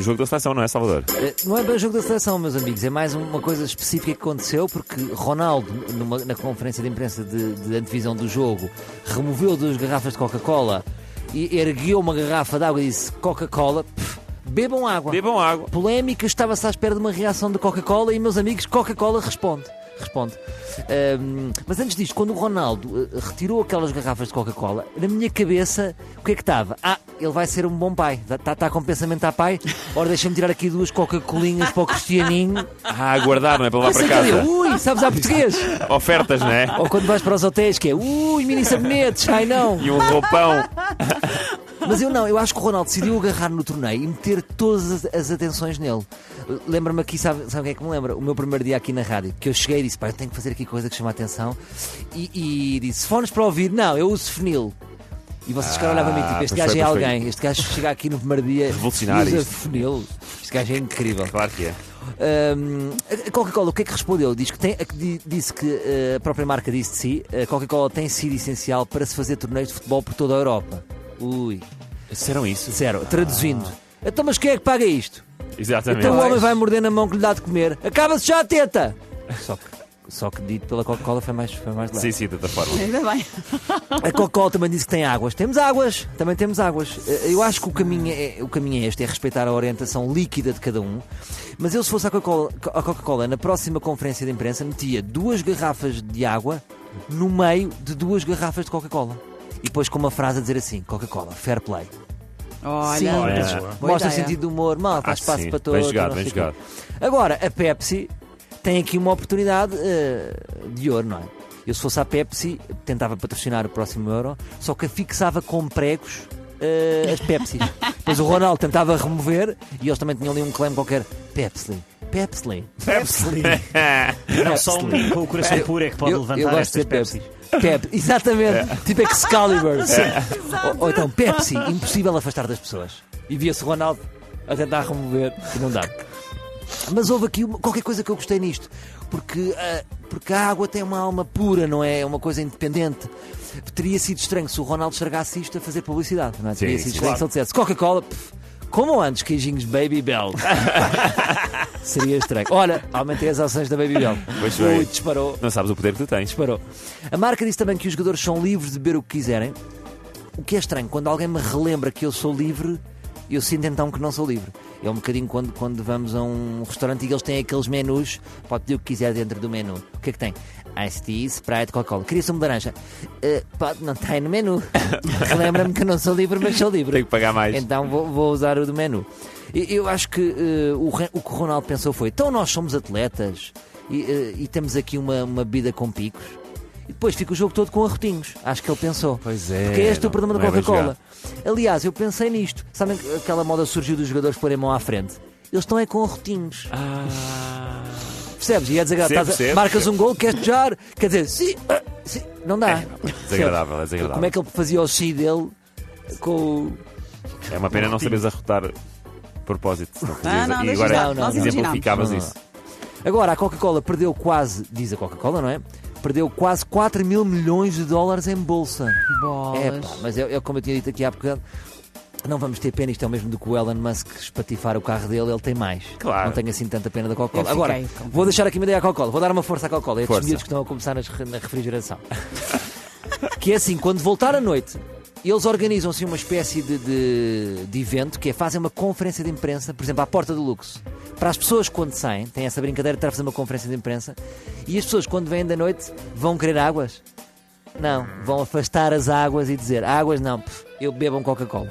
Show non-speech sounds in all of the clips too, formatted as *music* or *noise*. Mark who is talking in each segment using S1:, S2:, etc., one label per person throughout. S1: jogo da seleção, não é, Salvador?
S2: Eh, Não é bem o jogo da seleção, meus amigos, é mais uma coisa específica que aconteceu, porque Ronaldo, numa- na conferência de imprensa de, de antevisão do jogo, removeu duas garrafas de Coca-Cola e ergueu uma garrafa de água e disse: Coca-Cola, pff, bebam água.
S1: Bebam água.
S2: Polémica, estava-se à espera de uma reação de Coca-Cola e, meus amigos, Coca-Cola responde. Responde. Ahm, mas antes disto, quando o Ronaldo eh, retirou aquelas garrafas de Coca-Cola, na minha cabeça, o que é que estava? Ah, ele vai ser um bom pai. Está com pensamento a pai. Ora, deixa-me tirar aqui duas Coca-Colinhas para o Cristianinho.
S1: Ah, a guardar, não é? Para lá
S2: Mas
S1: para
S2: sei que ali,
S1: casa.
S2: Ui, sabes a português.
S1: Ofertas, não é?
S2: Ou quando vais para os hotéis, que é ui, mini sabonetes. Ai não.
S1: E um roupão.
S2: Mas eu não, eu acho que o Ronaldo decidiu agarrar no torneio e meter todas as, as atenções nele. Uh, Lembra-me aqui, sabe, sabe quem é que me lembra? O meu primeiro dia aqui na rádio, que eu cheguei e disse, pá, eu tenho que fazer aqui coisa que chama a atenção. E, e disse, fones para ouvir? Não, eu uso fenil. E vocês ficaram olhavam para mim, tipo, este
S1: Ah, pois
S2: gajo
S1: foi,
S2: é
S1: pois foi.
S2: alguém, este gajo chega aqui no primeiro dia,
S1: Revolucionário
S2: usa
S1: isto.
S2: fenil, este gajo é incrível.
S1: Claro que é.
S2: Hum, a Coca-Cola, o que é que respondeu? Diz que tem, a que di- disse que eh, a própria marca disse de si, eh, a Coca-Cola tem sido essencial para se fazer torneios de futebol por toda a Europa. Ui.
S1: Disseram isso?
S2: Disseram, traduzindo. Então, mas quem é que paga isto?
S1: Exatamente.
S2: Então o homem vai morder na mão que lhe dá de comer. Acaba-se já a teta! Só que, só que dito pela Coca-Cola foi mais, foi mais leve.
S1: Sim, sim, de outra forma.
S3: Ainda bem.
S2: A Coca-Cola também disse que tem águas. Temos águas, também temos águas. Eh, Eu acho que o caminho é, o caminho é este, é respeitar a orientação líquida de cada um. Mas eu, se fosse a Coca-Cola, a Coca-Cola, na próxima conferência de imprensa, metia duas garrafas de água no meio de duas garrafas de Coca-Cola. E depois com uma frase a dizer assim: Coca-Cola, fair play.
S3: Olha,
S1: Olha.
S3: Boa ideia.
S2: Mostra sentido de humor, mal, faz
S1: É. Ah,
S2: espaço
S1: sim.
S2: para
S1: Bem
S2: todos.
S1: jogado,
S2: não
S1: bem
S2: sei o
S1: jogado.
S2: quê. Agora, a Pepsi tem aqui uma oportunidade eh, de ouro, não é? Eu, se fosse a Pepsi, tentava patrocinar o próximo Euro, só que fixava com pregos eh,
S1: *laughs*
S2: as Pepsi. Depois o Ronaldo tentava remover e eles também tinham ali um clem qualquer: Pepsi, Pepsi.
S4: Pepsi.
S1: *laughs*
S4: Não, só um com o coração puro é que pode
S2: Eu-
S4: levantar
S2: eu gosto
S4: estas É.
S2: de Pepsi.
S4: Pepsi.
S2: Pep, exatamente, tipo Excalibur. Ou, ou então Pepsi, impossível afastar das pessoas. E via-se Ronaldo a tentar remover e não dá. Mas houve aqui uma- qualquer coisa que eu gostei nisto, porque, ah, porque a água tem uma alma pura, não é? É uma coisa independente. Teria sido estranho se o Ronaldo estragasse isto a fazer publicidade, não é?
S1: Sim,
S2: Teria
S1: sim,
S2: sido estranho se ele dissesse Coca-Cola, pff, comam antes queijinhos Baby
S4: *laughs*
S2: Bell. Seria estranho. Olha, aumentei as ações da Baby Bell.
S1: Pois foi.
S2: Ui, disparou
S1: Não sabes o poder que tu tens.
S2: disparou. A marca disse também que os jogadores são livres de beber o que quiserem. O que é estranho, quando alguém me relembra que eu sou livre, eu sinto então que não sou livre. É um bocadinho quando, quando vamos a um restaurante e eles têm aqueles menus, pode pedir o que quiser dentro do menu. O que é que tem? Ice tea, Sprite, Coca-Cola. Queria sumo de laranja. Eh, pode, não tem no menu. *laughs* Relembra-me que eu não sou livre, mas sou livre.
S1: Tenho que pagar mais.
S2: Então vou, vou usar o do menu. E- Eu acho que eh, o, Re- o que o Ronaldo pensou foi: então nós somos atletas e, eh, e temos aqui uma, uma bebida com picos. E depois fica o jogo todo com arrotinhos. Acho que ele pensou.
S1: Pois é,
S2: Porque este é
S1: não-
S2: o problema da
S1: não é bem
S2: Coca-Cola. Aliás, eu pensei nisto. Sabem que aquela moda surgiu dos jogadores porem mão à frente? Eles estão aí com arrotinhos. Percebes? E é desagradável.
S1: Ah. Percebo,
S2: Estás a-
S1: percebo,
S2: Marcas um gol, queres desejar, quer dizer, sim, ah, sim, não dá.
S1: Desagradável, é desagradável.
S2: Como é que ele fazia o si dele com o.
S1: É uma pena não saberes arrotar propósito. se Não fazias.
S3: Ah, não,
S1: e
S3: deixa
S1: agora
S2: estar, nós
S1: exemplificavas
S2: imaginamos.
S1: isso.
S2: Agora, a Coca-Cola perdeu quase, diz a Coca-Cola, não é? Perdeu quase 4 mil milhões de dólares em bolsa. É,
S3: Bolas.
S2: pá, mas é, é como eu tinha dito aqui há bocado. Não vamos ter pena, isto é o mesmo do que o Elon Musk espatifar o carro dele, ele tem mais.
S1: Claro.
S2: Não tenho assim tanta pena da
S3: Eu
S2: Coca-Cola.
S3: fiquei
S2: Agora,
S3: com-
S2: vou deixar aqui uma ideia à Coca-Cola, vou dar uma força à Coca-Cola, é estes
S1: Força.
S2: miúdos que estão a começar nas re- na refrigeração. *laughs* que é assim, quando voltar à noite, eles organizam assim uma espécie de, de- de evento que é fazem uma conferência de imprensa, por exemplo, à porta do luxo. Para as pessoas quando saem, têm essa brincadeira de estar a fazer uma conferência de imprensa, e as pessoas quando vêm da noite vão querer águas. Não, vão afastar as águas e dizer águas não, pff, eu bebo um Coca-Cola.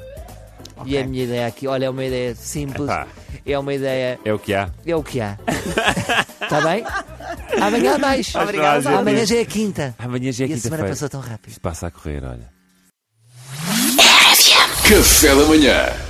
S2: E a minha ideia aqui, olha, é uma ideia simples,
S1: Epá.
S2: é uma ideia,
S1: É o que há.
S2: é o que há. Está bem? Amanhã há mais.
S1: Acho que não há a dizer
S2: Amanhã
S1: disso.
S2: já é quinta.
S1: Amanhã já é
S2: E a semana
S1: quinta-feira.
S2: passou tão rápido.
S1: Isto passa a correr, olha.
S5: Café da Manhã